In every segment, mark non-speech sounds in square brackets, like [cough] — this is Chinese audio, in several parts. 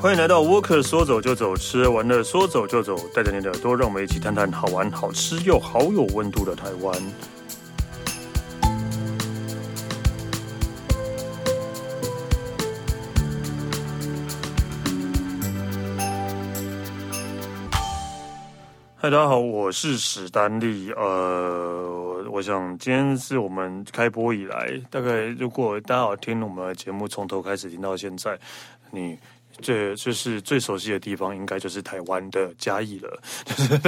欢迎来到 Walker，说走就走，吃玩乐说走就走，带着你的耳朵，让我们一起探探好玩、好吃又好有温度的台湾。嗨，大家好，我是史丹利。呃，我想今天是我们开播以来，大概如果大家有听我们的节目从头开始听到现在，你这就是最熟悉的地方，应该就是台湾的嘉义了， [laughs] 就是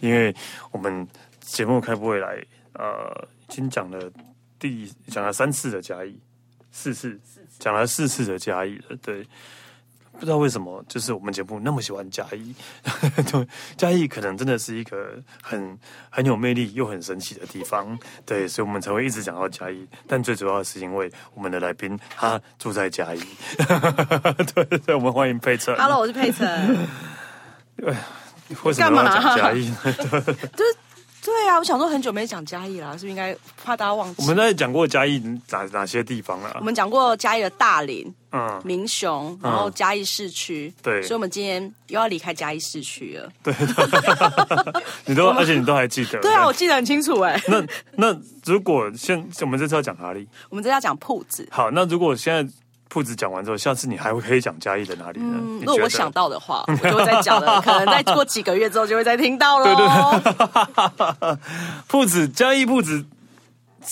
因为我们节目开播以来，呃，已经讲了第讲了三次的嘉义，四次讲了四次的嘉义了，对。不知道为什么，就是我们节目那么喜欢嘉义， [laughs] 对，嘉义可能真的是一个很很有魅力又很神奇的地方，对，所以我们才会一直讲到嘉义。但最主要的是因为我们的来宾他住在嘉义， [laughs] 对，所以我们欢迎佩晨。 Hello，我是佩晨。为什么要干嘛讲嘉义呢？ [laughs] [laughs] 对啊，我想说很久没讲嘉义啦，是不是应该怕大家忘记？我我们们在讲过嘉义哪哪些地方了、讲过嘉义的大林、啊？嗯，民雄，然后嘉义市区。对所以我们今天又要离开嘉义市区了。对你都而且你都还记得？啊，我记得很清楚哎、那那如果现我们这次要讲哪里？ [laughs] 我们这要讲铺子。好，那如果现在铺子讲完之后，下次你还会可以讲嘉义的哪里呢？嗯你觉如果得我想，到的 [laughs] 话，我就会再讲了。可能再过几个月之后就会再听到喽。对对对，铺子嘉义铺子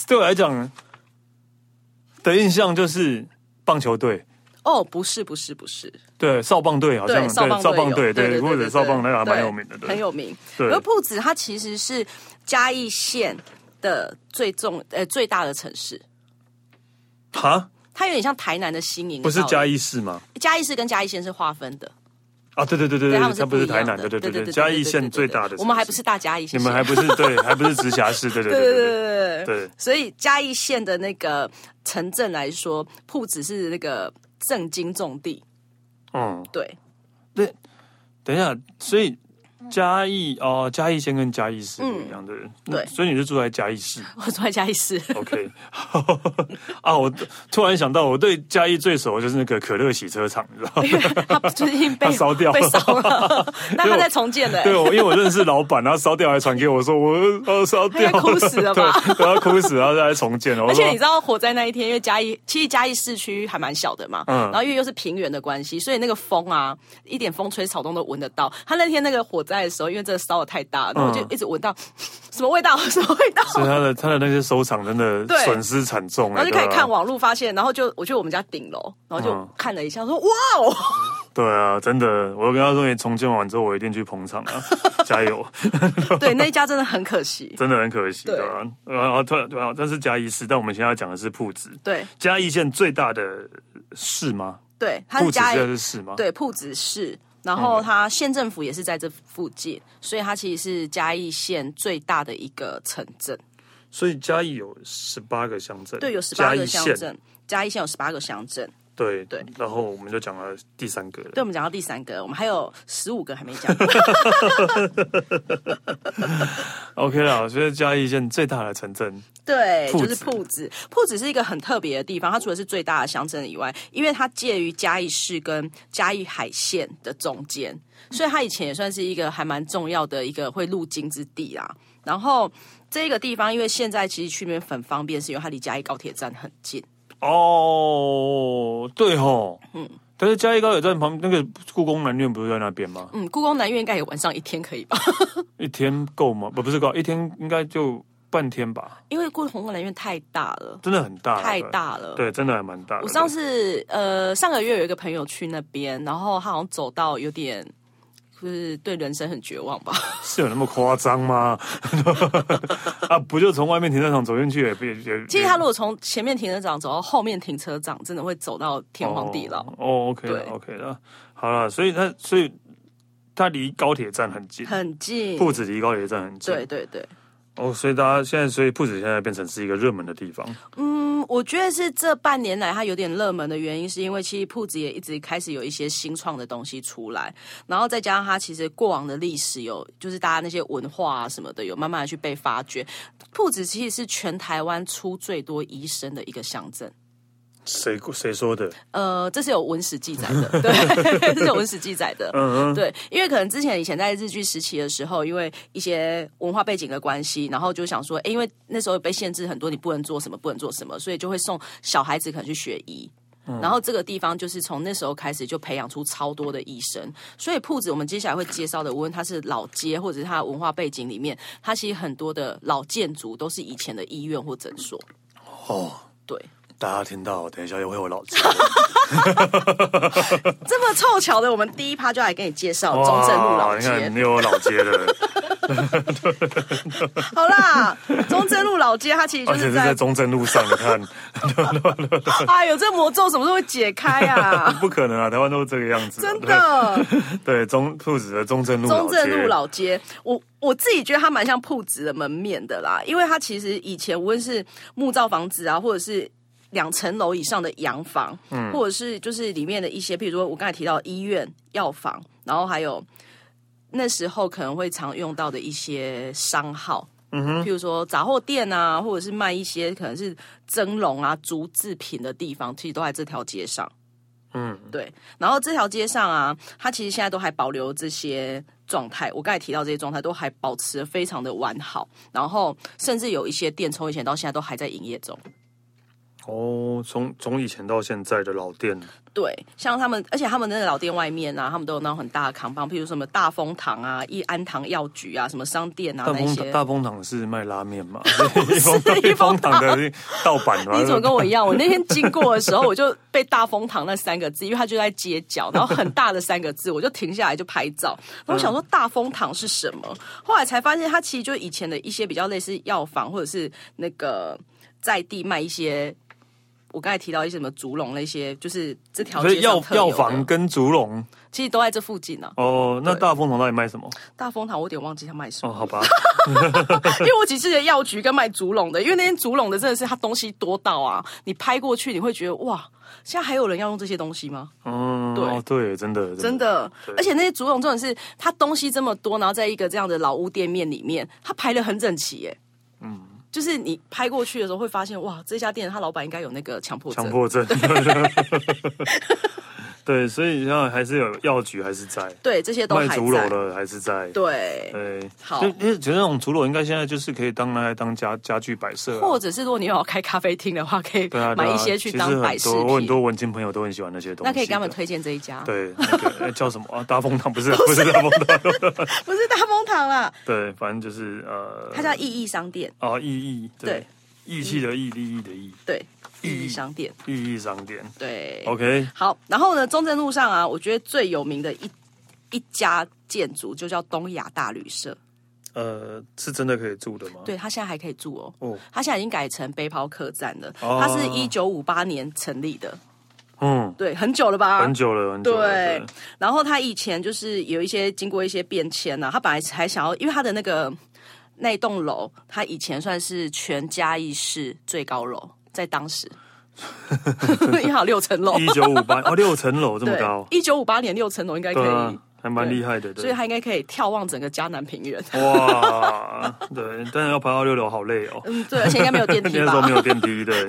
对我来讲的印象就是棒球队。哦，不是不是不是，对少棒队好像对少棒少棒队队有对，对或者对少棒那个还蛮对有名的，对很有名。对而铺子它其实是嘉义县的最重呃最大的城市，哈，它有点像台南的新营，不是嘉义，义市吗？嘉义市跟嘉义县是划分的，啊，对对对对对，他们它不不是一样台的南的，对对对对，对，嘉对义对县对最对大的城市，我们还不是大嘉义县，你们还不是对，还不是直辖市，对对对对对对对对对对，所以嘉义县的那个城镇来说，铺子是那个政经重地，嗯，对，对，等一下，所以嗯嘉义哦，嘉义县跟嘉义市不一样的人，嗯对所以你是住在嘉义 [laughs] 市我住在嘉义市， ，OK，啊，我突然想到，我对嘉义最熟的就是那个可乐洗车场，你知道吗？因为它最近被它烧掉了被烧了，但它在重建的、对，我因为我认识老板，然后烧掉还传给我说我呃烧掉他应该哭死了吧对，然后哭死，然后再来重建了。我而说且你知道火灾那一天，因为嘉义其实嘉义市区还蛮小的嘛，嗯然后因为又是平原的关系，所以那个风啊，一点风吹草动都闻得到。他那天那个火灾的时候，因为真的烧的太大，嗯然后我就一直闻到、什么味道， [laughs] 什么味道，所以他的他的那些收藏真的对损失惨重，然后就开哎始对啊看网路，发现，然后就我去我们家顶楼，然后就嗯看了一下，说哇哦， [laughs] 对啊，真的，我跟他说你重建完之后我一定去捧 [laughs] 场啊，加油！对，那一家真的很可惜，真的很可惜，对对吧、啊？然后突然，对啊，这是嘉义市，但我们现在要讲的是铺子，对嘉义县最大的市吗？对，他铺是子嘉义现在是市吗？，嗯对，铺子市，然后它县政府也是在这附近，所以它其实是嘉义县最大的一个城镇。所以嘉义有十八个乡镇，对，有十八个乡嘉义县，镇，嘉义县有十八个乡镇。对对。然后我们就讲了第三个了，对我们讲到第三个，我们还有十五个还没讲。 [laughs] OK 啦，所以嘉义县最大的城镇，对，铺就子是铺子。铺子是一个很特别的地方，它除了是最大的乡镇以外，因为它介于嘉义市跟嘉义海线的中间，所以它以前也算是一个还蛮重要的一个会路经之地啦。然后这个地方，因为现在其实去那边很方便，是因为它离嘉义高铁站很近。哦，对吼，嗯。但是嘉义高铁站旁那个故宫南苑不是在那边吗？嗯，故宫南院应该也玩上一天可以吧？ [laughs] 一天够吗？不，不是够，一天应该就半天吧，因为故宫南院太大了，真的很大，太，大了。对，真的还蛮大的。我上次呃上个月有一个朋友去那边，然后他好像走到有点就是对人生很绝望吧。是有那么夸张吗？ [laughs] 啊，不就从外面停车场走进去也不也也。其实他如果从前面停车场走到后面停车场，真的会走到天荒地老，哦哦，OK 了对，OK 了，好了，所以他所以他离高铁站很近，很近。铺子离高铁站很近。对对对，哦，所以大家现在所以铺子现在变成是一个热门的地方。嗯，我觉得是这半年来它有点热门的原因，是因为其实铺子也一直开始有一些新创的东西出来，然后再加上它其实过往的历史有，就是大家那些文化啊什么的，有慢慢的去被发掘。铺子其实是全台湾出最多医生的一个乡镇。谁谁说的？呃，这是有文史记载的， [laughs] 对，这是有文史记载的。嗯嗯，对，因为可能之前以前在日剧时期的时候，因为一些文化背景的关系，然后就想说，哎，因为那时候被限制很多，你不能做什么，不能做什么，所以就会送小孩子可能去学医。然后这个地方就是从那时候开始就培养出超多的医生，所以铺子我们接下来会介绍的，无论它是老街或者是它的文化背景里面，它其实很多的老建筑都是以前的医院或诊所。哦，对，大家听到，等一下又会有老子。这么凑巧的，我们第一趴就来给你介绍 [laughs] 中正路老你街看。你又有老街了， [laughs] 好啦，中正路老街它其实 [laughs] 就而且是哦是在在，中正路上，你看哎呦，这魔咒什么时候会解 [laughs] 开啊？不可能啊，台湾都是这个样子， [laughs] 真。的。对，中兔子的中正路老中街，正路老街，我我自己觉得它蛮像铺子的门面的啦，因为它其实以前无论是木造房子啊，或者是。两层楼以上的洋房，嗯或者是就是里面的一些，譬如说我刚才提到的医院、药房，然后还有那时候可能会常用到的一些商号，嗯哼，譬如说杂货店啊，或者是卖一些可能是蒸笼啊、竹制品的地方，其实都在这条街上。嗯，对。然后这条街上啊，它其实现在都还保留这些状态。我刚才提到这些状态都还保持得非常的完好，然后甚至有一些店从以前到现在都还在营业中。哦，从从以前到现在的老店，对，像他们，而且他们那个老店外面啊，他们都有那种很大的扛棒，譬如什么大风堂啊、益安堂药局啊、什么商店啊大那风些。大风堂是卖拉面 [laughs] 嘛？一风一风堂的盗版嘛？啊你怎么跟我一样？我那天经过的时候，我就被“大风堂”那三个字，因为它就在街角，然后很大的三个字，我就停下来就拍照。然后我想嗯说“大风堂”是什么？后来才发现，它其实就以前的一些比较类似药房，或者是那个在地卖一些。我刚才提到一些什么竹笼那些，就是这条所街以上药特有药的房跟竹笼其实都在这附近呢、啊。哦，那对大风堂到底卖什么？大风堂我有点忘记它卖什么，哦，好 [laughs] 吧， [laughs] 因为我只记得药局跟卖竹笼的，因为那些竹笼的真的是它东西多到啊，你拍过去你会觉得哇，现在还有人要用这些东西吗？嗯，对哦，对，真的，真的，的对，而且那些竹笼重点是它东西这么多，然后在一个这样的老屋店面里面，它排的很整齐耶。嗯，就是你拍过去的时候会发现，哇，这家店它老板应该有那个强迫症强。迫症。 [laughs] 对，所以像还是有药局还是在，对，这些都卖还竹篓在。的还是在，对，对，啊好就因为觉得那种竹篓应该现在就是可以当拿来当家家具摆设啊、或者是如果你有要开咖啡厅的话，可以对啊，对买啊一些其去实当很摆饰多我很品。多文青朋友都很喜欢那些东西的。那可以给他们推荐这一家，对那个呃叫什么啊？大风堂不是啊不是大风堂，不是大风堂啦，对，反正就是呃，它叫意义商店，啊意义对对义气的义，利益的义，对，意义义商店，意义商店。对。嗯 OK，好，然后呢，中正路上啊，我觉得最有名的一一家建筑就叫东亚大旅社，呃，是真的可以住的吗？，对，它现在还可以住哦。哦，它现在已经改成背包客栈了，哦它是一九五八年成立的，嗯，对，很久了吧？很久了，很久了。对，然后他以前就是有一些经过一些变迁呐、啊，他本来还想要，因为他的那个那一栋楼，他以前算是全嘉义市最高楼，在当 [laughs] 时，也好六层楼，一九五八哦，六层楼这么高，一九五八年六层楼应该可对以，啊，还蛮厉害的。所以对，他应该可以眺望整个嘉南平原。哦哇，对，但是要爬到六楼好累哦。嗯，对，而且应该没有 [laughs] 电那梯时候吧没？有电梯，对，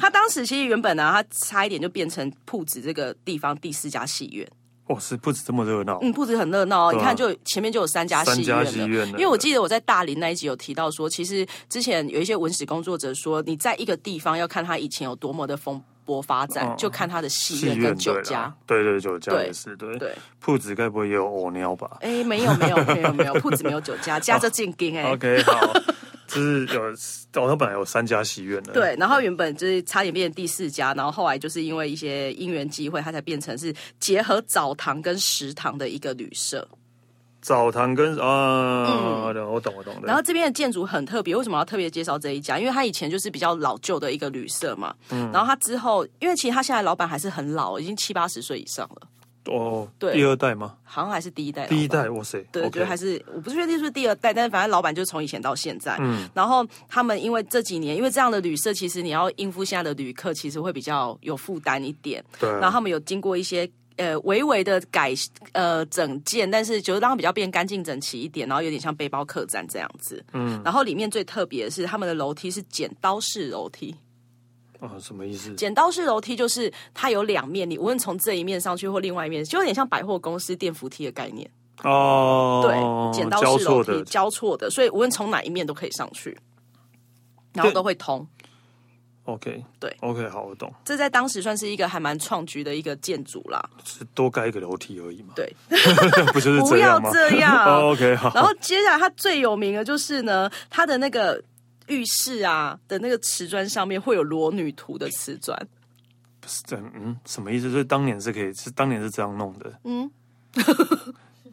他当时其实原本呢、啊，他差一点就变成铺子这个地方第四家戏院。哇，是不止这么热闹，嗯，铺子很热闹、哦，对你啊看就前面就有三家三戏院家了。戏院了因为我记得我在大林那一集有提到说，其实之前有一些文史工作者说，你在一个地方要看他以前有多么的风波发展，嗯就看他的戏戏院院跟酒家。，对啦对对，酒家对也是对。对，铺子该不会也有偶尿吧哎，没有没有没有没有，铺子没有酒 [laughs] 家，家就进京哎。 ？OK，好，啊就是有，哦，他本来有三家戏院的，，对，然后原本就是差点变成第四家，然后后来就是因为一些因缘机会，它才变成是结合澡堂跟食堂的一个旅社。澡堂跟啊，对我懂我懂的，嗯然后这边的建筑很特别，为什么要特别介绍这一家？因为它以前就是比较老旧的一个旅社嘛。嗯然后它之后，因为其实它现在老板还是很老，已经七八十岁以上了，哦，对第二代吗？好像还是第一代老板。第一代，哇塞，对，就 OK 还是我不确定是不是第二代，但是反正老板就是从以前到现在。嗯然后他们因为这几年，因为这样的旅社，其实你要应付现在的旅客，其实会比较有负担一点。对啊，然后他们有经过一些呃微微的改呃整建，但是就是让它比较变干净整齐一点，然后有点像背包客栈这样子。嗯，然后里面最特别的是他们的楼梯是剪刀式楼梯，啊，什么意思？剪刀式楼梯就是它有两面，你无论从这一面上去或另外一面，就有点像百货公司电扶梯的概念。哦，对，剪刀交式错楼梯的，交错的，所以无论从哪一面都可以上去，然后都会通。 OK，对，OK，好，我懂，这在当时算是一个还蛮创举的一个建筑啦。是多盖一个楼梯而已 [laughs] 嘛，对，不就是不这要样吗？这样。 [laughs] 哦 OK，好， [laughs] 然后接下来它最有名的就是呢，它的那个浴室啊的那个瓷砖上面会有裸女图的瓷砖，这嗯，什么意思？就是当年是可以，是当年是这样弄的，嗯。 [laughs]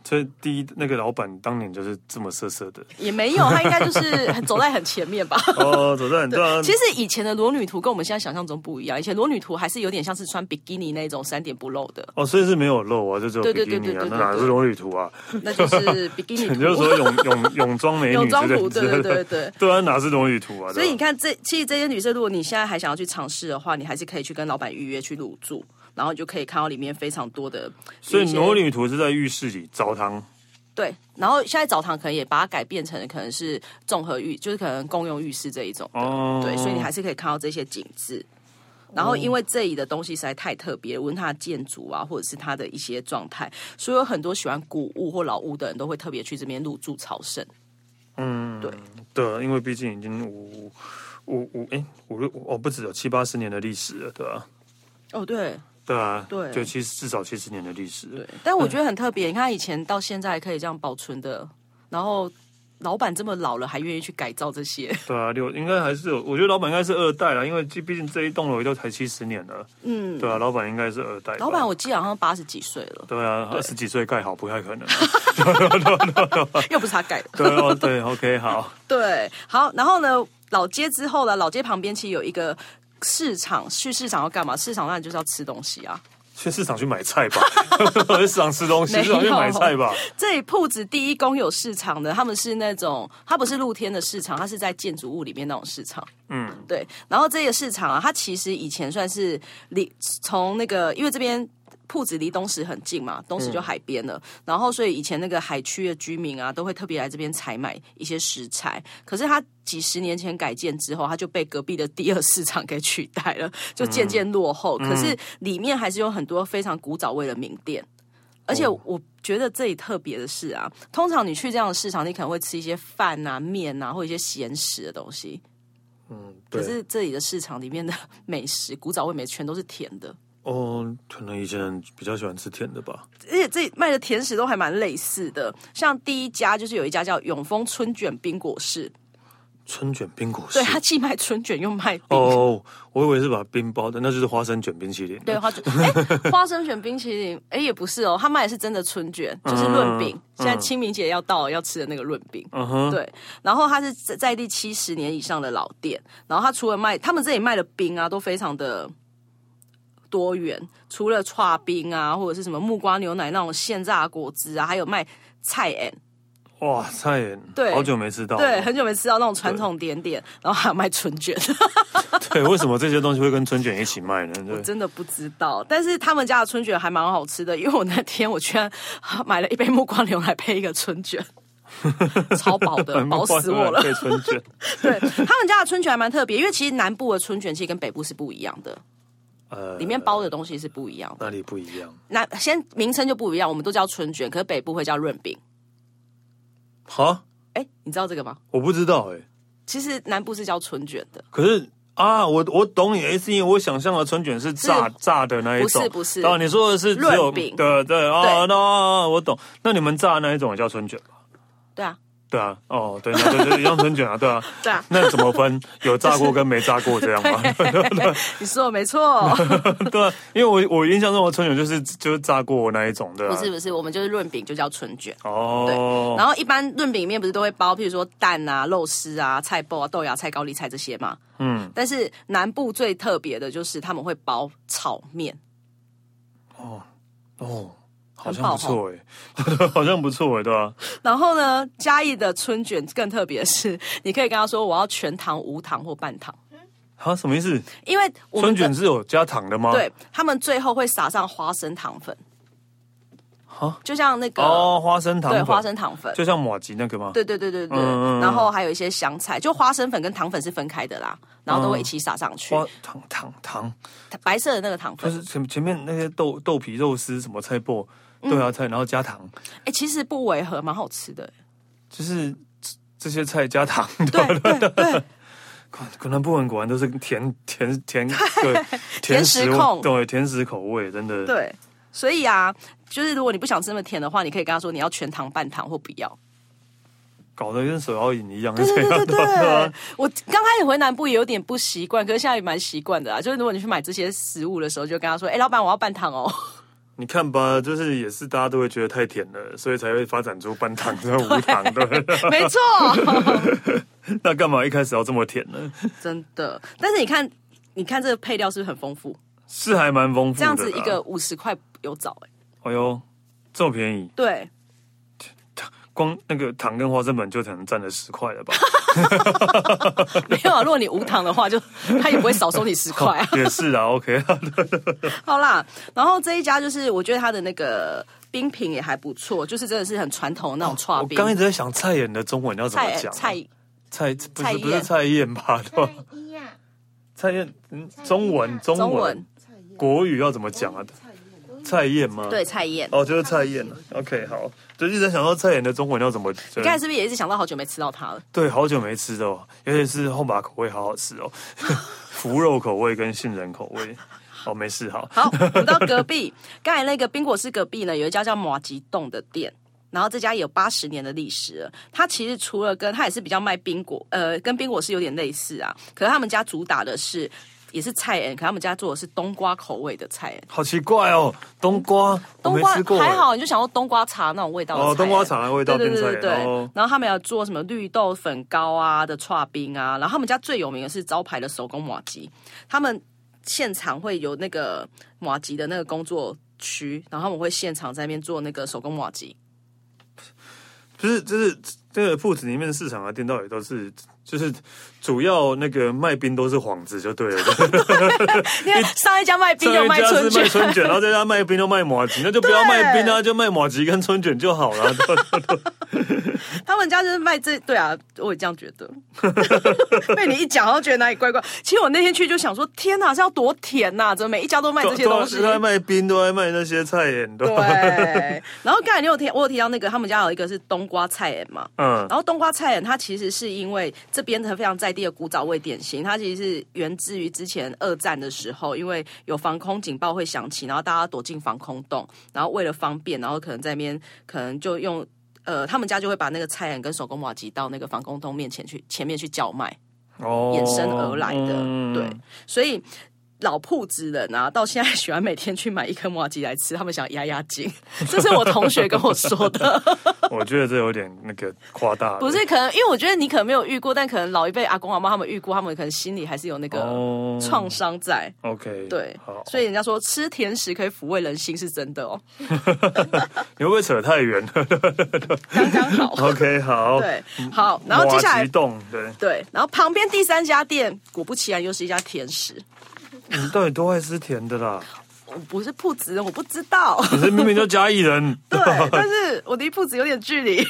所以第一，那个老板当年就是这么色色的也没有，它应该就是很走在很前面吧。 [laughs] 哦，走在很多啊其实以前的裸女图跟我们现在想象中不一样，以前裸女图还是有点像是穿比基尼那种三点不露的， [laughs] 哦，所以是没有漏啊，就只有对比对基对尼对啊对，那对哪对是裸女图啊？那就是比基尼你就图、说泳泳泳装美女泳装之类图，对对对对。对啊，哪是裸女图啊？所以对你吧看，这其实这些旅社，如果你现在还想要去尝试的话，你还是可以去跟老板预约去入住，然后你就可以看到里面非常多的所一以些裸女图是在浴室里澡堂对，然后现在澡堂可能也把它改变成可能是综合浴，就是可能公用浴室这一种。哦，对，所以你还是可以看到这些景致。然后，因为这里的东西实在太特别，无论它的建筑啊，或者是它的一些状态，所以有很多喜欢古物或老屋的人都会特别去这边入住朝圣。哦对，啊因为毕竟已经五五五哎五六哦不止有七八十年的历史了，对吧、啊哦，对对啊，对就七至少七十年的历史了对，但我觉得很特别，你看它以前到现在还可以这样保存的，然后老板这么老了还愿意去改造这些， [laughs] 对啊，六应该还是有，我觉得老板应该是二代啦，因为毕毕竟这一栋楼也都才七十年了，嗯，对啊，老板应该是二代吧，老板我记得好像八十几岁 [laughs] 了，对啊，二十几岁盖好不太可能，又不是他改的。 [laughs] 对哦，对，OK，好，对，好，然后呢，老街之后呢，老街旁边其实有一个市场，去市场要干嘛？市场当然就是要吃东西啊。去市场去买菜吧， [laughs] 去市场吃东西，没有市场去买菜 [laughs] 吧，这里铺子第一公有市场的，他们是那种，它不是露天的市场，它是在建筑物里面那种市场。嗯，对。然后这个市场啊，它其实以前算是离从那个，因为这边。铺子离东石很近嘛，东石就海边了，然后所以以前那个海区的居民啊，都会特别来这边采买一些食材。可是它几十年前改建之后，它就被隔壁的第二市场给取代了，就渐渐落后。可是里面还是有很多非常古早味的名店。而哦且我觉得这里特别的是啊，通常你去这样的市场，你可能会吃一些饭啊、面啊，或一些咸食的东西。嗯，可对，是这里的市场里面的美食，古早味美食全都是甜的，哦，可能以前人比较喜欢吃甜的吧，而且这里卖的甜食都还蛮类似的。像第一家就是有一家叫永丰春卷冰果室，春卷冰果对，是。它既卖春卷又卖冰。哦，我以为是把冰包的，那就是花生卷冰淇淋。对，花 [laughs] 卷，哎、花生卷冰淇淋，哎、也不是哦，他卖的是真的春卷，就是润饼。嗯现在清明节要到了，要吃的那个润饼。嗯哼，对，然后它是在在地七十年以上的老店，然后它除了卖他们这里卖的冰啊，都非常的多元，除了串冰啊，或者是什么木瓜牛奶那种现榨果汁啊，还有卖菜诶，哇，菜耶，对好久没吃到了。对，很久没吃到那种传统点点，然后还有卖春卷，对，为什么这些东西会跟春卷一起卖呢？[laughs] 我对，真的不知道，但是他们家的春卷还蛮好吃的，因为我那天我居然买了一杯木瓜牛奶配一个春卷。超饱的，饱死我了。对春卷，对他们家的春卷还蛮特别，因为其实南部的春卷其实跟北部是不一样的。呃，里面包的东西是不一样的。哪里不一样？那先名称就不一样，我们都叫春卷，可是北部会叫润饼。哈，哎，你知道这个吗？我不知道哎、其实南部是叫春卷的，可是。啊，我我懂你的意思，因为我想象的春卷是炸是炸的那一种，不是不是哦，你说的是只有润饼对对对哦，那哦我懂。那你们炸的那一种也叫春卷吧？对啊，对啊，哦，对，那对对，一样春卷啊，对啊， [laughs] 对啊，那怎么分？有炸过跟没炸过这样吗？ [laughs] 你说的没错， [laughs] 对啊，因为我我印象中的春卷就是就是炸过那一种，对吧、不是不是，我们就是润饼就叫春卷。哦，然后一般润饼里面不是都会包，譬如说蛋啊、肉丝啊、菜包啊、豆芽菜、高丽菜这些嘛。嗯，但是南部最特别的就是他们会包炒面，哦，好很哦像爆不错哎， [laughs] 好像不错哎，对吧、然后呢，嘉义的春卷更特别的是，你可以跟他说我要全糖、无糖或半糖，啊，什么意思？因为我春们的卷是有加糖的吗？，对他们最后会撒上花生糖粉，就像那个、哦，花生糖对粉，花生糖粉，就像马吉那个吗？对对对对对，嗯嗯嗯然后还有一些香菜，就花生粉跟糖粉是分开的啦，然后都会一起撒上去，嗯花糖糖糖，白色的那个糖就粉。是前前面那些豆豆皮肉丝什么菜脯、嗯豆芽菜，然后加糖，哎、其实不违和，蛮好吃的。就是这这些菜加糖， [laughs] 对 [laughs] 对对，果果然不文果然都是甜甜甜对 [laughs] 甜食控对甜食口味，真的对，所以啊，就是如果你不想这么甜的话，你可以跟他说你要全糖、半糖或不要。搞得跟手摇饮一样，对对对对是这样的啊对，我刚开始回南部也有点不习惯，可是现在也蛮习惯的啊。就是如果你去买这些食物的时候，就跟他说：“哎、老板，我要半糖哦。你看吧，就是也是大家都会觉得太甜了，所以才会发展出半糖和无糖， [laughs] 对不对？” [laughs] 没错，那干嘛一开始要这么甜呢？真的。但是你看，你看这个配料是不是很丰富？是还蛮丰富的，这样子一个，五十块有找哎、哎呦，这么便宜，对，光那个糖跟花生粉就可能占了十块了吧？ [laughs] 没有啊。如果你无糖的话，就 [laughs] 他也不会少收你十块啊。也是啊，OK 啊，好啦，然后这一家就是我觉得它的那个冰品也还不错，就是真的是很传统的那种串哦我冰。刚一直在想菜眼的中文要怎么菜讲啊，菜菜不菜是宴不是菜宴吧？对 [laughs] 吧？蔡依啊，菜宴，嗯，中文中中文文蔡依国语要怎么讲啊？蔡依菜宴吗？对，菜宴。哦，就是菜宴啊。OK，好，就一直在想到菜宴的中文要怎么。你刚才是不是也一直想到好久没吃到它了？对，好久没吃的哦，尤其是后把口味好好吃哦， [laughs] 腐肉口味跟杏仁口味。哦，没事，好， [laughs] 好，我们到隔壁，刚才那个冰果室隔壁呢，有一家叫马吉洞的店。然后这家也有八十年的历史了，它其实除了跟它也是比较卖冰果，呃，跟冰果室有点类似啊。可是他们家主打的是也是菜园，可他们家做的是冬瓜口味的菜园。好奇怪哦，冬瓜，我冬没瓜吃过哎还好，你就想要冬瓜茶那种味道的哦，菜冬瓜园茶的味道对变对菜对对了哦，然后他们要做什么绿豆粉糕啊的串冰啊，然后他们家最有名的是招牌的手工马吉，他们现场会有那个马吉的那个工作区，然后他们会现场在那边做那个手工 [laughs] 马吉。就是就是这个铺子里面的市场啊，店到底都是就是主要那个卖冰都是幌子就对了，因为上一家卖 [laughs] 冰就一卖家是春卖卷，春卷，然后这家卖冰都卖马吉，那就不要卖冰啊，就卖马吉跟春卷就好 [laughs] 了。 [laughs] 他们家就是卖这，对啊，我也这样觉 [laughs] 得。被你一讲，然后觉得哪里怪怪。其实我那天去就想说，天哪，是要多甜呐、怎么每一家都卖这些东西？都在卖冰，都在卖那些菜眼，都对，然后刚才你有提，我有提到那个他们家有一个是冬瓜菜园嘛，嗯，然后冬瓜菜园它其实是因为这边的非常在地的古早味点心，它其实是源自于之前二战的时候，因为有防空警报会响起，然后大家躲进防空洞，然后为了方便，然后可能在那边可能就用。呃，他们家就会把那个菜园跟手工瓦吉到那个防空洞面前去，前面去叫卖。哦衍生而来的，嗯对，所以老铺子人啊，到现在喜欢每天去买一颗麻吉来吃，他们想压压惊，这是我同学跟我说的，嗯我觉得这有点那个夸大了，不是可能，因为我觉得你可能没有遇过，但可能老一辈阿公阿妈他们遇过，他们可能心里还是有那个哦创伤在。 OK 对好，，所以人家说吃甜食可以抚慰人心，是真的哦，你会不会扯太远了刚 [laughs] 刚好。 ？OK [laughs] 好，，对，好，然后接下来动，对，对，然后旁边第三家店，果不其然又是一家甜食。你到底多爱吃甜的啦？我不是铺子人，我不知道。可是明明就嘉义人， [laughs] 对，但是我离铺子有点距离。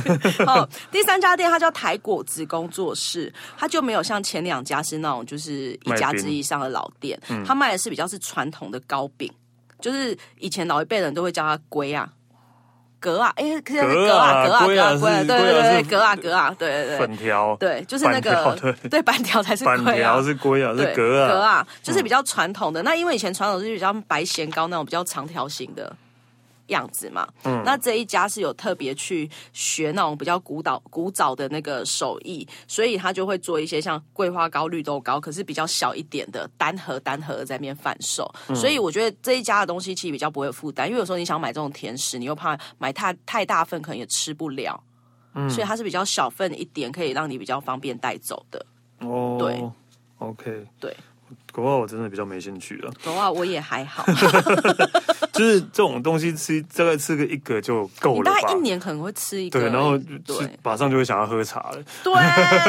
[laughs] 好，第三家店它叫台果子工作室，它就没有像前两家是那种就是一家之以上的老店，嗯它卖的是比较是传统的糕饼，就是以前老一辈人都会叫它龟啊。格啊，哎、可是格格啊，啊格啊，龟格啊啊，龟啊，是对龟对啊对，是格啊，格啊，对对粉对，条，对，就是那板条个对对板条才是板龟啊条，是龟啊，是对格格啊，啊，就是比较传统的。那因为以前传统是比较白咸糕那种比较长条形的样子嘛，嗯，那这一家是有特别去学那种比较古早古早的那个手艺，所以他就会做一些像桂花糕、绿豆糕，可是比较小一点的单盒单盒在那边贩售。嗯所以我觉得这一家的东西其实比较不会有负担，因为有时候你想买这种甜食，你又怕买太太大份，可能也吃不了。嗯所以它是比较小份一点，可以让你比较方便带走的。哦，对，OK，对，国外我真的比较没兴趣了。 [laughs] 的话我也还好。就是这种东西吃大概吃个一个就够你了吧大。概一年可能会吃一个而对，已，然后对就是马上就会想要喝茶了， [laughs] 对，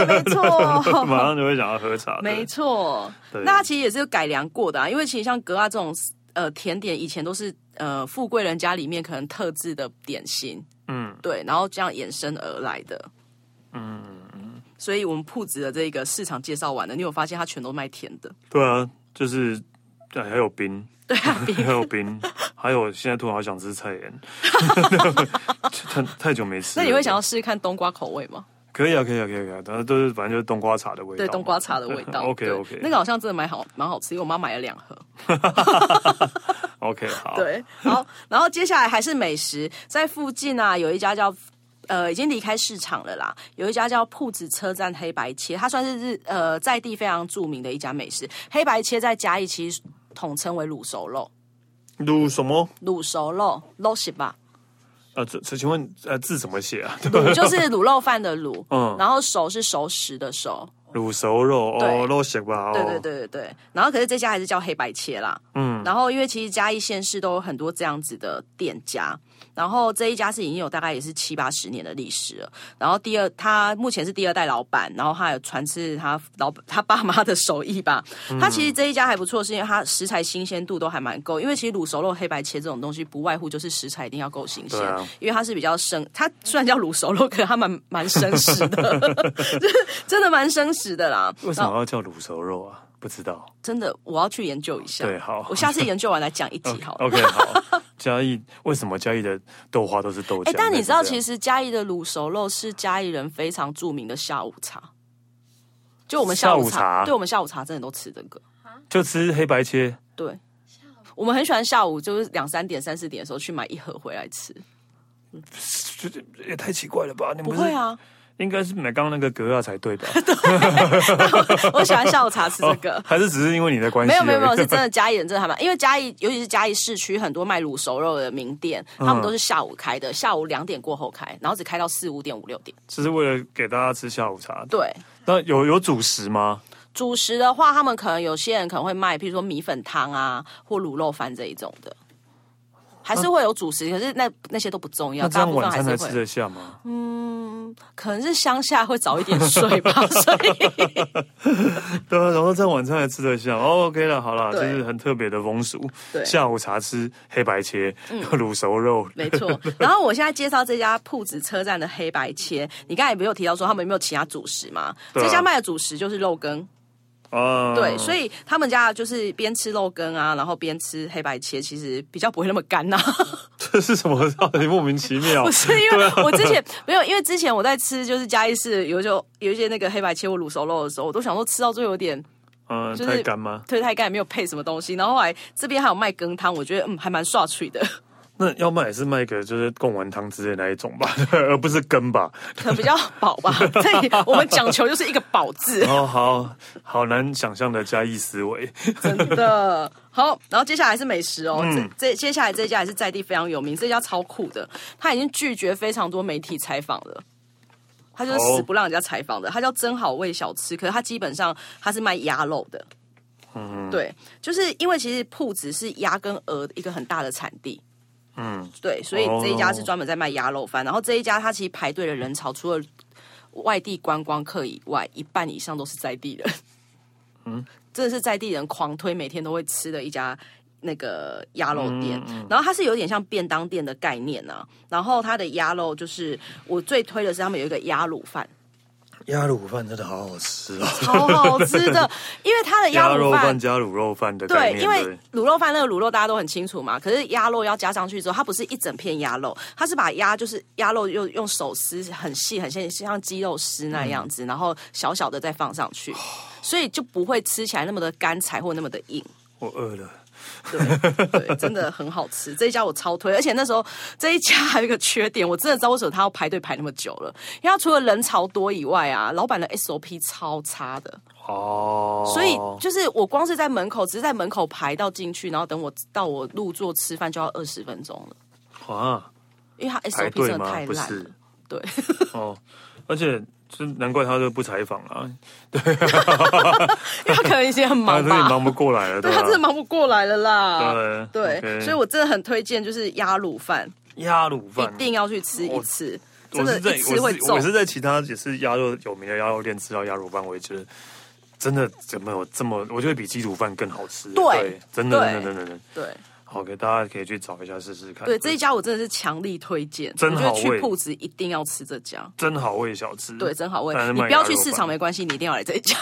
没马 [laughs] 错，上就会想要喝茶。没错，错对。那它其实也是有改良过的啊，因为其实像格啊这种呃甜点以前都是呃富贵人家里面可能特制的点心，嗯，对，然后这样衍生而来的，嗯。所以我们铺子的这个市场介绍完了，你有发现它全都卖甜 [laughs] 的，对啊，就是对还有冰，对 [laughs] 啊，比还有冰，还有现在突然好想吃菜 [laughs] 盐，太太久没吃那了。你会想要试试看冬瓜口味吗？可以啊，可以啊，可以啊可以啊，但是都是反正就是冬瓜茶的味道嘛。对，冬瓜茶的味 [laughs] 道。 OK 对 OK，那个好像真的蛮好，蛮好吃，因为我妈买了两盒。 OK 好。对，然后然后接下来还是美食，在附近啊有一家叫。呃，已经离开市场了啦。有一家叫铺子车站黑白切，它算是日呃在地非常著名的一家美食。黑白切在嘉义其实统称为卤熟肉，卤什么？卤熟肉肉是吧？呃，这这，请问呃字怎么 [laughs] 写啊？卤就是卤肉饭的卤，嗯然后熟是熟食的熟，卤熟肉哦，对肉血吧？哦对对，对对对。然后可是这家还是叫黑白切啦。嗯。然后因为其实嘉义县市都有很多这样子的店家，然后这一家是已经有大概也是七八十年的历史了。然后第二，他目前是第二代老板，然后他有传是他老 [laughs] 他爸妈的手艺吧。嗯他其实这一家还不错，是因为它食材新鲜度都还蛮够。因为其实卤熟肉、黑白切这种东西，不外乎就是食材一定要够新鲜，对啊因为它是比较生。它虽然叫卤熟肉，可是它蛮蛮生食的， [laughs] 就是真的蛮生食的啦。为什么要叫卤熟肉啊？不知道。真的，我要去研究一下。对好哦我下次研究完来讲 [laughs] 一集好了。 OK 好，嘉义为什么嘉义的豆花都是豆哎、浆？但你知道，实。其实嘉义的卤熟肉是嘉义人非常著名的下午茶。就我们下下午午茶，茶对我们下午茶真的都吃这个。就吃黑白切，对，我们很喜欢下午就是两三点、三四点的时候去买一盒回来吃。就是也太奇怪了吧？你们不不会是啊，应该是买刚刚那个格啊才 [laughs] 对吧？哦我喜欢下午茶吃这 [laughs] 个。还是只是因为你的关系而没有已？没有没 [laughs] 有，是真的嘉义人真的还蛮，因为嘉义尤其是嘉义市区很多卖卤熟肉的名店，嗯他们都是下午开的，下午两点过后开，然后只开到四五点五六点。只是为了给大家吃下午茶。对，那有有主食吗？主食的话，他们可能有些人可能会卖，譬如说米粉汤啊，或卤肉饭这一种的，还是会有主食，可是那那些都不重要，那这大样部分晚还餐才是吃会。得下吗？可能是乡下会早一点 [laughs] 睡吧，所以 [laughs] 对啊，然后这样晚餐才吃得下。哦 OK 了，好了，这对是很特别的风俗。对嗯下午茶吃黑白切、卤熟肉，没错。然后我现在介绍这家铺子车站的黑白切，你刚才没有提到说他们有没有其他主食嘛？对啊这家卖的主食就是肉羹，啊，对，所以他们家就是边吃肉羹啊，然后边吃黑白切，其实比较不会那么干啊呐、这是什么？你莫名其 [laughs] 妙不。是因为啊我之前没有，因为之前我在吃就是嘉义市有一种有一些那个黑白切或卤熟肉的时候，我都想说吃到最后有点嗯，就是太干吗？推太干，也没有配什么东西。然后后来这边还有卖羹汤，我觉得嗯还蛮刷脆的，那要卖也是卖个就是贡丸汤之类的那一种吧， [laughs] 而不是根吧。可能比较饱吧。这里我们讲求就是一个饱字，哦，好好难想象的嘉义思维。真的。好，然后接下来是美食哦，嗯这这接下来这家也是在地非常有名，这家超酷的，他已经拒绝非常多媒体采访了。他就是哦死不让人家采访的，他叫真好味小吃，可是他基本上他是卖鸭肉的，嗯对，就是因为其实铺子是鸭跟鹅一个很大的产地。嗯，哦对，所以这一家是专门在卖鸭肉饭，然后这一家它其实排队的人潮除了外地观光客以外，一半以上都是在地人。嗯 [laughs] 真的是在地人狂推，每天都会吃的一家那个鸭肉嗯店。然后它是有点像便当店的概念啊。然后它的鸭肉就是我最推的是他们有一个鸭 [laughs] 卤饭，鸭卤饭真的好好吃啊！好好吃的，因为它的鸭鸭卤肉饭饭加卤肉饭的概对，念，因为卤肉饭那个卤肉大家都很清楚嘛，可是鸭肉要加上去之后，它不是一整片鸭肉，它是把鸭就是鸭肉用用手撕很细很细，像鸡肉丝那样嗯子，然后小小的再放上哦去，所以就不会吃起来那么的干柴或那么的硬。我饿了。对， [laughs] 对，真的很好吃。这一家我超推，而且那时候这一家还有一个缺点，我真的知道为什么他要排队排那么久了，因为他除了人潮多以外啊，老板的 SOP 超差的。哦，所以就是我光是在门口，只是在门口排到进去，然后等我到我入座吃饭就要二十分钟了，啊，因为他排 SOP 队真的吗太？不烂是了。对， [laughs] 哦，而且这难怪他都不采访啊，因为他可能已经很 [laughs] 他忙真的 [laughs] 吧，忙不过来了，啊对吧他真的忙不过来了啦。对对，所以我真的很推荐，就是鸭卤饭以鸭卤饭一定要去吃一次，我真的是在一吃我会是中我。是在其他也是鸭肉有名的鸭肉店吃到鸭肉饭，我也觉得真的怎么有这么？我觉得比鸡卤饭更好吃。啊对真的对真的真的真的。对好，给大家可以去找一下试试看。对，这一家我真的是强力推荐，真我觉得好去味铺子一定要吃这家。真好味小吃，对，真好味但是。你卖不要鸭去肉市饭场没关系，你一定要来这一家。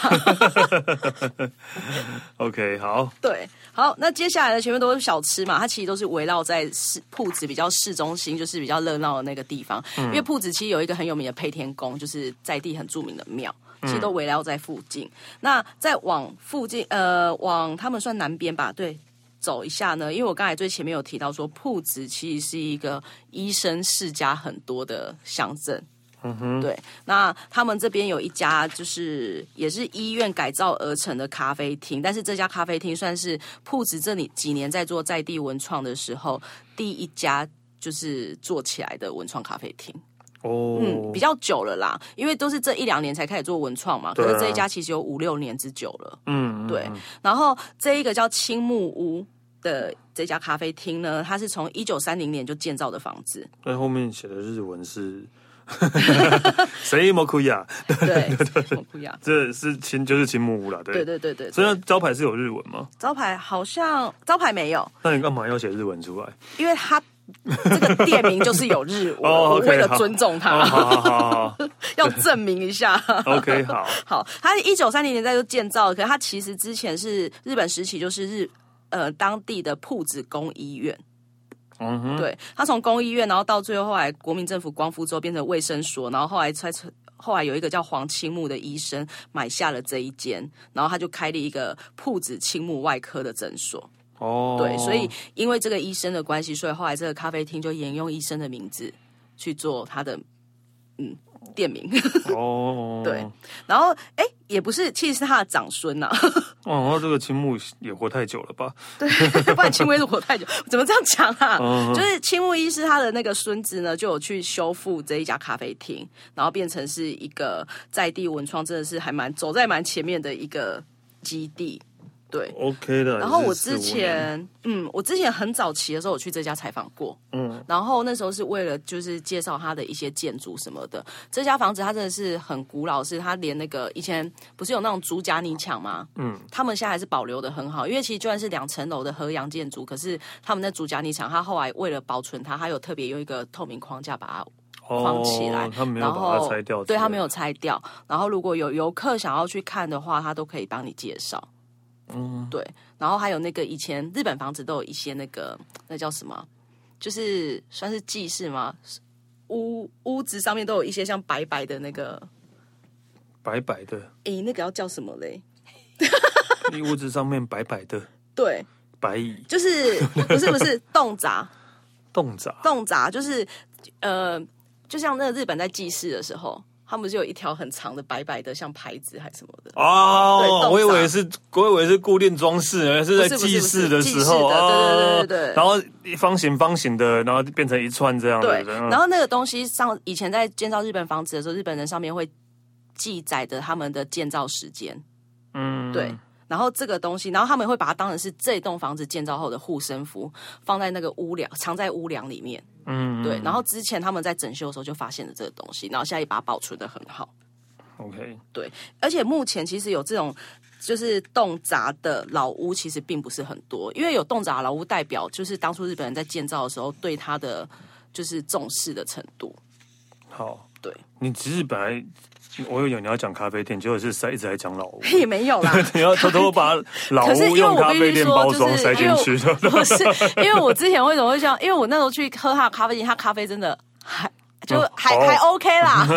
OK，好，对，好，那接下来呢，前面都是小吃嘛，它其实都是围绕在市铺子比较市中心，就是比较热闹的那个地方。因为铺子其实有一个很有名的配天宫，就是在地很著名的庙，其实都围绕在附近。那再往附近，呃，往他们算南边吧，对。走一下呢，因为我刚才最前面有提到说，铺子其实是一个医生世家很多的乡镇，嗯对，那他们这边有一家就是也是医院改造而成的咖啡厅，但是这家咖啡厅算是铺子这里几年在做在地文创的时候第一家。就是做起来的文创咖啡厅，哦，嗯，比较久了啦，因为都是这一两年才开始做文创嘛。可对啊是这一家其实有五六年之久了。嗯，嗯对嗯，然后这一个叫青木屋的这家咖啡厅呢，它是从一九三零年就建造的房 [laughs] 子，但后面写的日文是。 [laughs] 谁摩库亚？对，我不要，这是青，就是青木屋啦，对。对对对对所以对，那招牌是有日文吗？招牌好像招牌没有，那你干嘛要写日文 [laughs] 出来？因为他这个店名就是有日 [laughs] 文，哦我，OK，为了好尊重哦，他，好好好好 [laughs] 要证明一下。 [laughs] ，OK，好，好，它一九三零年代就建造了，可是它其实之前是日本时期，就是日呃当地的铺子工医院。嗯哼，对，它从工医院，然后到最后后来国民政府光复之后变成卫生所，然后后来才后来有一个叫黄青木的医生买下了这一间，然后他就开了一个铺子青木外科的诊所。哦，对，所以因为这个医生的关系，所以后来这个咖啡厅就沿用医生的名字去做他的嗯店名。 [laughs] 哦，对然后哎，也不是，其实是他的长孙啊呐、哦，那这个青木也活太久了吧？对， [laughs] 不然青木如果太久，怎么这样讲啊？嗯就是青木医师他的那个孙子呢，就有去修复这一家咖啡厅，然后变成是一个在地文创，真的是还蛮走在蛮前面的一个基地。对， ，OK 的。然后我也是之四五年，前，嗯，我之前很早期的时候，我去这家采访过，嗯嗯，然后那时候是为了就是介绍它的一些建筑什么的。这家房子它真的是很古老，是它连那个以前不是有那种竹夹泥墙吗？嗯，他们现在还是保留的很好，因为其实就算是两层楼的河洋建筑，可是他们那竹夹泥墙，它后来为了保存它，它有特别用一个透明框架把它框起来，哦他没有然后把它拆掉，对他没有拆掉。然后如果有游客想要去看的话，他都可以帮你介绍。嗯，对。然后还有那个以前日本房子都有一些那个那叫什么，就是算是记事吗？屋屋子上面都有一些像白白的那个，白白 [laughs] 的，诶，那个要叫什么嘞？一屋子上面白白的对，白蚁就是 [laughs] 不是不是洞闸，洞闸，洞闸就是呃，就像那个日本在祭祀的时候，他们就有一条很长的白白的像牌子还是什么的。对洞哦闸，我以为是，我以为是固定装饰，原来是在不是不是祭祀的时候不是祭祀的哦对对对对对然后一方形方形的，然后变成一串这样对的，，嗯然然后后那个东西上以前在建造日本房子的时候，日本人上面会记载的他们的建造时间，嗯，对。然后这个东西，然后他们会把它当成是这栋房子建造后的护身符，放在那个屋梁，藏在屋梁里面。嗯对，然后之前他们在整修的时候就发现了这个东西，然后现在也把它保存的很好。 ，OK，对，而且目前其实有这种就是洞闸的老屋，其实并不是很多，因为有洞闸的老屋代表就是当初日本人在建造的时候对它的就是重视的程度。 [laughs] 好，对，你其实本来我有你要讲咖啡店，结果是塞一直在讲老屋。也没有啦， [laughs] 你要偷偷把老可是因屋为用我咖必啡须店说，包就装是塞进因为去的，我 [laughs] 不是因为我之前为什么会这样？因为我那时候去喝他的咖啡厅，他咖啡真的还就还、哦还 OK [laughs] 啦，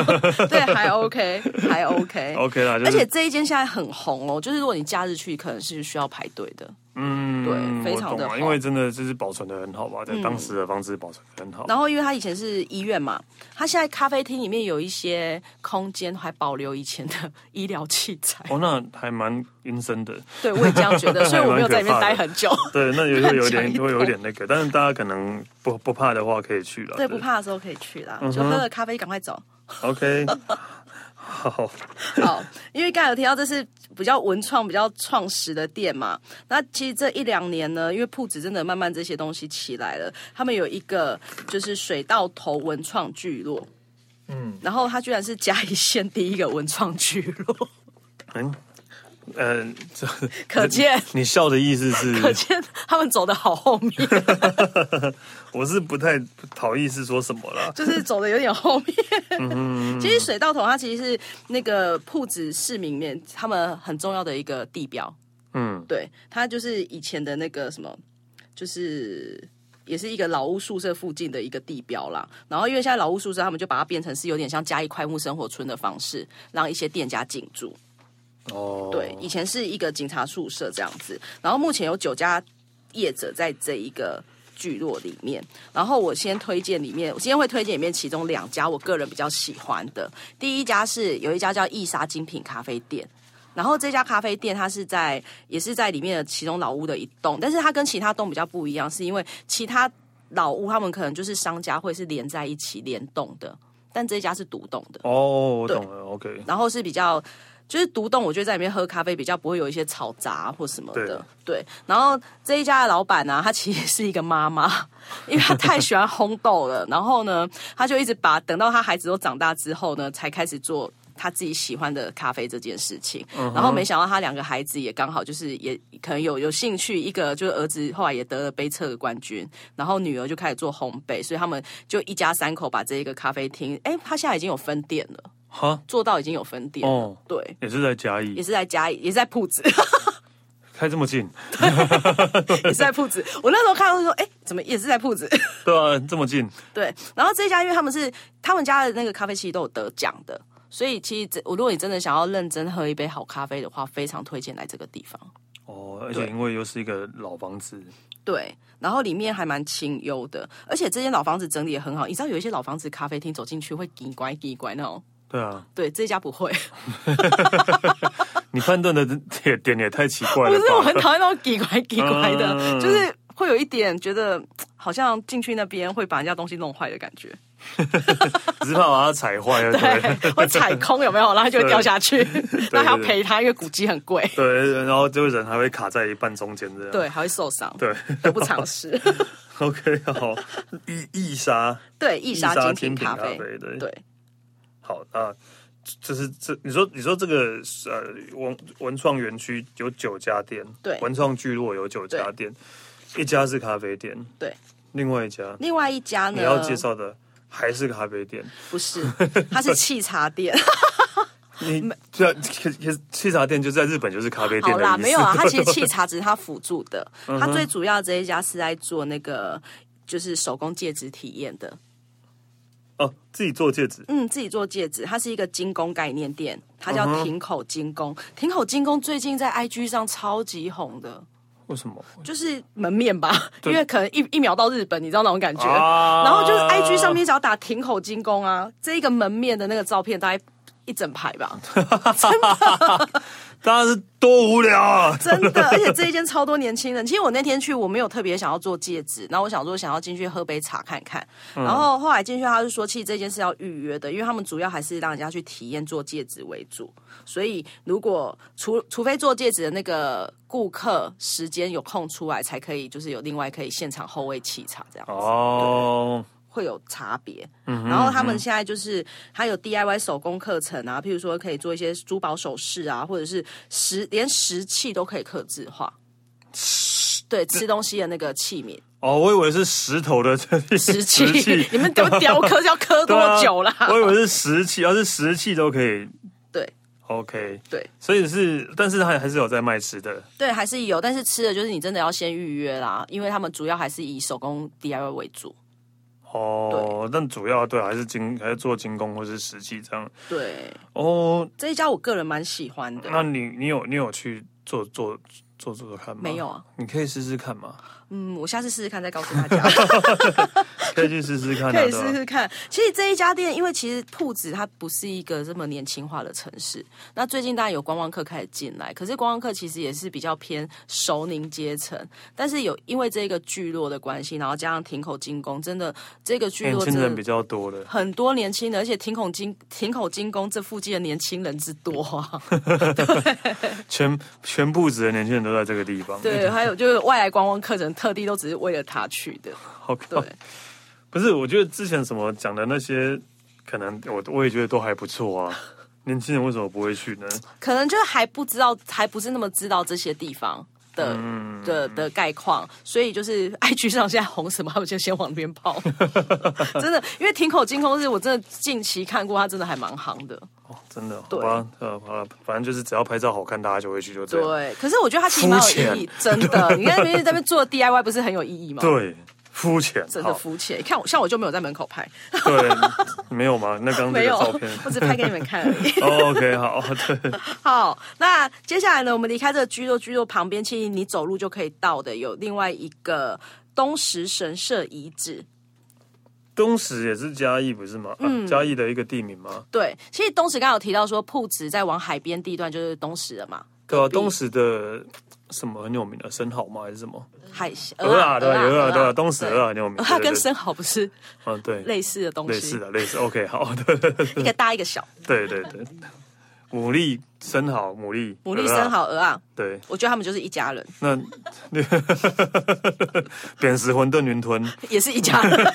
对，还 OK，还 OK。 OK 啦。就而是且这一间现在很红哦，就是如果你假日去，可能是需要排队的。嗯，对非常我的懂啊好嗯因为真的就是保存的很好吧，在当时的方式保存的很好。然后，因为他以前是医院嘛，他现在咖啡厅里面有一些空间还保留以前的医疗器材。哦，那还蛮阴森的。对，我也这样觉 [laughs] 得，所以我没有在里面待很久。 [laughs] 对，那有时候有点乱讲一通会有点那个，但是大家可能不不怕的话可以去了。对，不。怕的时候可以去啦，嗯就喝了咖啡赶快走。 OK，好， [laughs] 好，因为刚才有提到这是比较文创、比较创始的店嘛。那其实这一两年呢，因为铺子真的慢慢这些东西起来了，他们有一个就是水稻头文创聚落，嗯，然后它居然是嘉义县第一个文创聚落。嗯，呃，这可见你笑的意思是， [laughs] 可见他们走的好后面，我是不太好意思说什么啦。就是走的有点后面。其实水道头它其实是那个铺子市民里面他们很重要的一个地标，嗯，对，它就是以前的那个什么，就是。也是一个老屋宿舍附近的一个地标啦，然后因为现在老屋宿舍，他们就把它变成是有点像嘉义快木生活村的方式，让一些店家进驻。哦，对，以前是一个警察宿舍这样子，然后目前有九家业者在这一个聚落里面。然后我先推荐里面，我今天会推荐里面其中两家我个人比较喜欢的。第一家是有一家叫易莎精品咖啡店。然后这家咖啡店它是在也是在里面的其中老屋的一栋，但是它跟其他栋比较不一样，是因为其他老屋他们可能就是商家会是连在一起联动的，但这家是独栋的。哦，我懂了，OK，然后是比较就是独栋，我觉得在里面喝咖啡比较不会有一些嘈杂或什么的。对，然后这一家的老板呢、她其实是一个妈妈，因为她太喜欢烘豆了。然后呢，她就一直把等到她孩子都长大之后呢，才开始做。她自己喜欢的咖啡这件事情，然后没想到她两个孩子也刚好就是也可能有有兴趣，一个就是儿子后来也得了杯测的冠军，然后女儿就开始做烘焙，所以他们就一家三口把这一个咖啡厅，哎，他现在已经有分店了，哈，做到已经有分店了，哦对，也是在嘉也义，是在家，也是在铺子， [laughs] 开这么近，也是在铺子。我那时候看到就说，哎、怎么也是在铺子？ [laughs] 对啊，这么近，对。然后这一家，因为他们是他们家的那个咖啡其实都有得奖的，所以其实这我如果你真的想要认真喝一杯好咖啡的话，非常推荐来这个地方。哦，而且因为又是一个老房子，对，然后里面还蛮清幽的，而且这间老房子整理也很好。你知道有一些老房子咖啡厅走进去会叽乖叽乖那种，对啊，对，这家不会。 [laughs] 你判断的点点也太奇怪不了是，我很吧？讨厌那种奇怪奇怪的，嗯就是会有一点觉得嘖好像进去那边会把人家东西弄坏的感觉，只是怕把它踩坏了， [laughs] 对 [laughs] 对，会踩空有没有？然后就会掉下去， [laughs] 那还要对对赔他，因为古迹很贵，对，然后就人还会卡在一半中间这样，对，还会受伤，对 [laughs] 得不偿失。 ，OK，好，易易莎，对，易莎精品咖啡，对对好，那这是这你说你说这个呃文文创园区有九家店，对文创聚落有九家店，一家是咖啡店，对。另外一家另外一家呢，你要介绍的还是咖啡店，不是，它是沏 [laughs] 茶店。你对啊，其其其实茶店就在日本就是咖啡店好的意啦，思，没有啊，它其实沏茶只是它辅助的，嗯它最主要这一家是在做那个就是手工戒指体验的。哦，自己做戒指，嗯，自己做戒指，它是一个精工概念店，它嗯叫亭口精工。亭口精工最近在 IG 上超级红的，为什么？就是门面吧，[laughs] 对因为可能一一秒到日本，你知道那种感觉。啊然后就是 IG 上面只要打亭口精工啊，这一个门面的那个照片大概一整排吧，当然是多无聊啊！真的。而且这一间超多年轻人。其实我那天去，我没有特别想要做戒指，然后我想说想要进去喝杯茶看看。然后后来进去，他就说其实这件是要预约的，因为他们主要还是让人家去体验做戒指为主。所以如果除除非做戒指的那个顾客时间有空出来，才可以就是有另外可以现场后位沏茶这样子。哦，会有差别。嗯然后他们现在就是还有 DIY 手工课程啊，譬如说可以做一些珠宝首饰啊，或者是石连石器都可以刻制化。对，吃东西的那个器皿，哦，我以为是石头的 [laughs] 石石器，器 [laughs] [laughs] 你们怎么雕刻是要刻对啊多久啦？ [laughs] 我以为是石器，要是石器都可以对 OK，对所以是，但是还还是有在卖吃的对，还是有，但是吃的就是你真的要先预约啦，因为他们主要还是以手工 DIY 为主。哦。但主要对还是精还是做精工或是石器这样对，哦。这一家我个人蛮喜欢的。那你你有你有去做做做做做看吗？没有啊，你可以试试看嘛，嗯，我下次试试看再告诉大家。可以去试试看、啊， [laughs] 可以对吧试试看。其实这一家店，因为其实铺子它不是一个这么年轻化的城市，那最近当然有观光客开始进来，可是观光客其实也是比较偏熟龄阶层，但是有因为这个聚落的关系，然后加上亭口精工，真的这个聚年落真轻人哎比的。较多的，很多年轻人，而且亭口精亭口精工这附近的年轻人之多啊，全全部子的年轻人都在这个地方。对，还有就是外来观光客人特地都只是为了他去的，好看。对， [laughs] 不是，我觉得之前什么讲的那些，可能我我也觉得都还不错啊。年轻人为什么不会去呢？可能就是还不知道，还不是那么知道这些地方的、嗯的的概况，所以就是 IG 上现在红什么，他们就先往那 [laughs] 边跑。真的，因为挺口金空是我真的近期看过，它真的还蛮行的。哦，真的，好对吧，呃，好了，反正就是只要拍照好看，大家就会去，就这样。对，可是我觉得它其实蛮有意义，真的。你看别人在那边做 DIY 不是很有意义吗？对，肤浅，真的好肤浅。看我，像我就没有在门口拍，对，没有吗？那刚刚没这个有照片。， [laughs] 我只拍给你们看而已。哦 OK，好，对，好，那接下来呢，我们离开这个居座，居座旁边其实你走路就可以到的，有另外一个东石神社遗址。东石也是嘉义不是吗？嗯，嘉义的一个地名吗？对，其实东石刚刚有提到说，铺子在往海边地段就是东石了嘛，对啊，壁东石的什么很有名的生蚝吗？还是什么？海鲜。鹅啊，对，鹅啊，对啊，啊，东石鹅啊很有名。 [laughs] 它对跟，生蚝不是对对嗯，对，类似的东类西似，的，嗯类似。OK，好，对对对一个大一个小，对对对，牡蛎生蚝，牡蛎，牡蛎、鹅啊生，蚝、鹅啊，对，我觉得他们就是一 [laughs] 家人，那扁食馄饨云吞。也是一家人。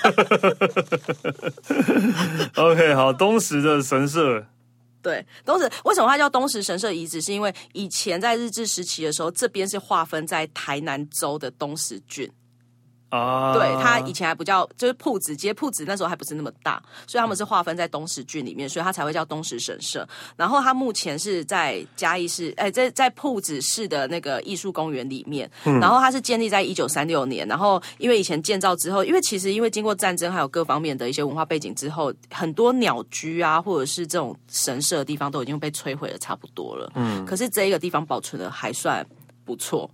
OK，好，东石的神社，对，东石为什么它叫东石神社遗址？是因为以前在日治时期的时候，这边是划分在台南州的东石郡。啊，对，它以前还不叫，就是铺子街，铺子那时候还不是那么大，所以他们是划分在东石郡里面，所以它才会叫东石神社。然后它目前是在嘉义市，哎，在在铺子市的那个艺术公园里面。然后它是建立在一九三六年，然后因为以前建造之后，因为其实因为经过战争还有各方面的一些文化背景之后，很多鸟居啊，或者是这种神社的地方都已经被摧毁的差不多了。嗯，可是这一个地方保存的还算不错。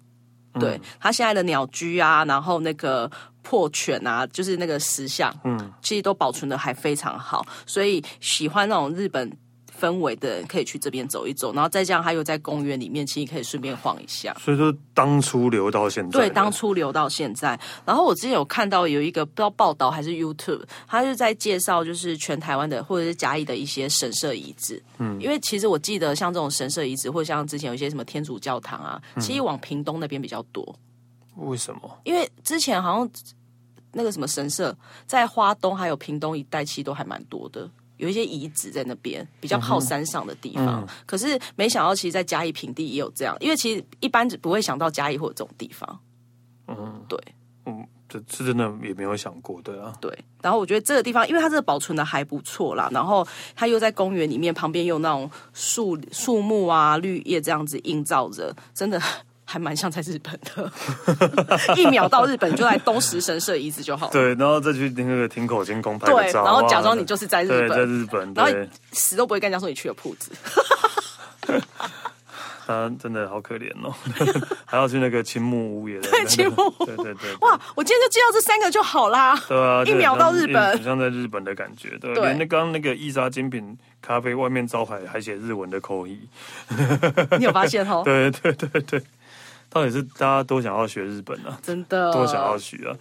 对，它现在的鸟居啊，然后那个破犬啊，就是那个石像，嗯，其实都保存的还非常好，所以喜欢那种日本氛围的人可以去这边走一走，然后再加上还有在公园里面，其实可以顺便晃一下。所以说当初留到现在的，对，当初留到现在。然后我之前有看到有一个不知道报道还是 YouTube，他就在介绍就是全台湾的或者是嘉义的一些神社遗址。嗯，因为其实我记得像这种神社遗址，或者像之前有一些什么天主教堂啊，其实往屏东那边比较多。为什么？因为之前好像那个什么神社在花东还有屏东一带，其实都还蛮多的，有一些遗址在那边，比较靠山上的地方。可是没想到，其实在嘉义平地也有这样，因为其实一般只不会想到嘉义会有这种地方。嗯，对。嗯，这这真的也没有想过，对啊，对，然后我觉得这个地方，因为它这个保存的还不错啦，然后它又在公园里面，旁边有那种树树木啊、绿叶这样子映照着，真的还蛮像在日本的。 [laughs] 一秒到日本就来东石神社遗址就好了。对，然后再去那个亭口监工拍个对，照，然后假哇装你就是在日对，在本，日本，然后对，死都不会跟人家说你去了铺子。他真的好可怜哦， [laughs] 还要去那个青木屋也在那，青木屋对对对，哇，我今天就介绍这三个就好啦。对啊，一秒到日本很像在日本的感觉，对啊，对连那刚刚那个伊莎精品咖啡外面招牌还写日文的口译，你有发现哦？对对对对，到底是大家都想要学日本啊，真的，多想要学啊。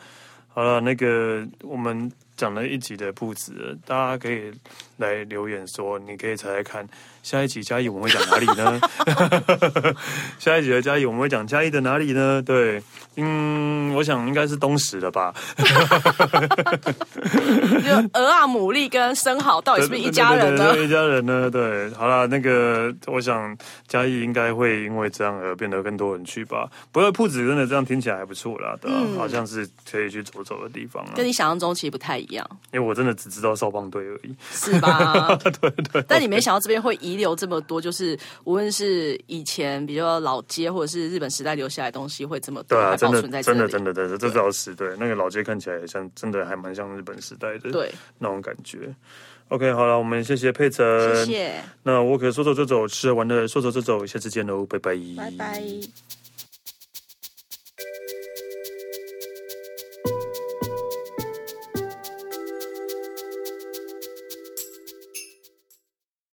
好了，那个我们讲了一集的铺子了，大家可以来留言说，你可以猜猜看，下一集嘉义我们会讲哪里呢？ [laughs] 下一集的嘉义我们会讲嘉义的哪里呢？对，嗯，我想应该是东石了吧？就 [laughs] 鹅啊、牡蛎跟生蚝到底是不是一家人对对呢对？对一家人呢？对，好啦，那个我想嘉义应该会因为这样而变得更多人去吧。不过铺子真的这样听起来还不错啦，对、啊好像是可以去走走的地方啊。嗯跟你想象中其实不太一 [laughs] 样，因为我真的只知道少棒队而已。是吧？对对。但你没想到这边会遗留这么多，就是无论是以前比较老街，或者是日本时代留下来的东西，会这么多对啊，还真保的存在这真里的。真的真的，这倒是对。那个老街看起来也像，真的还蛮像日本时代的对，那种感觉。OK，好了，我们谢谢佩晨。谢谢，那我可说走就走，吃着玩的说走就走，下次见喽，拜拜。拜拜。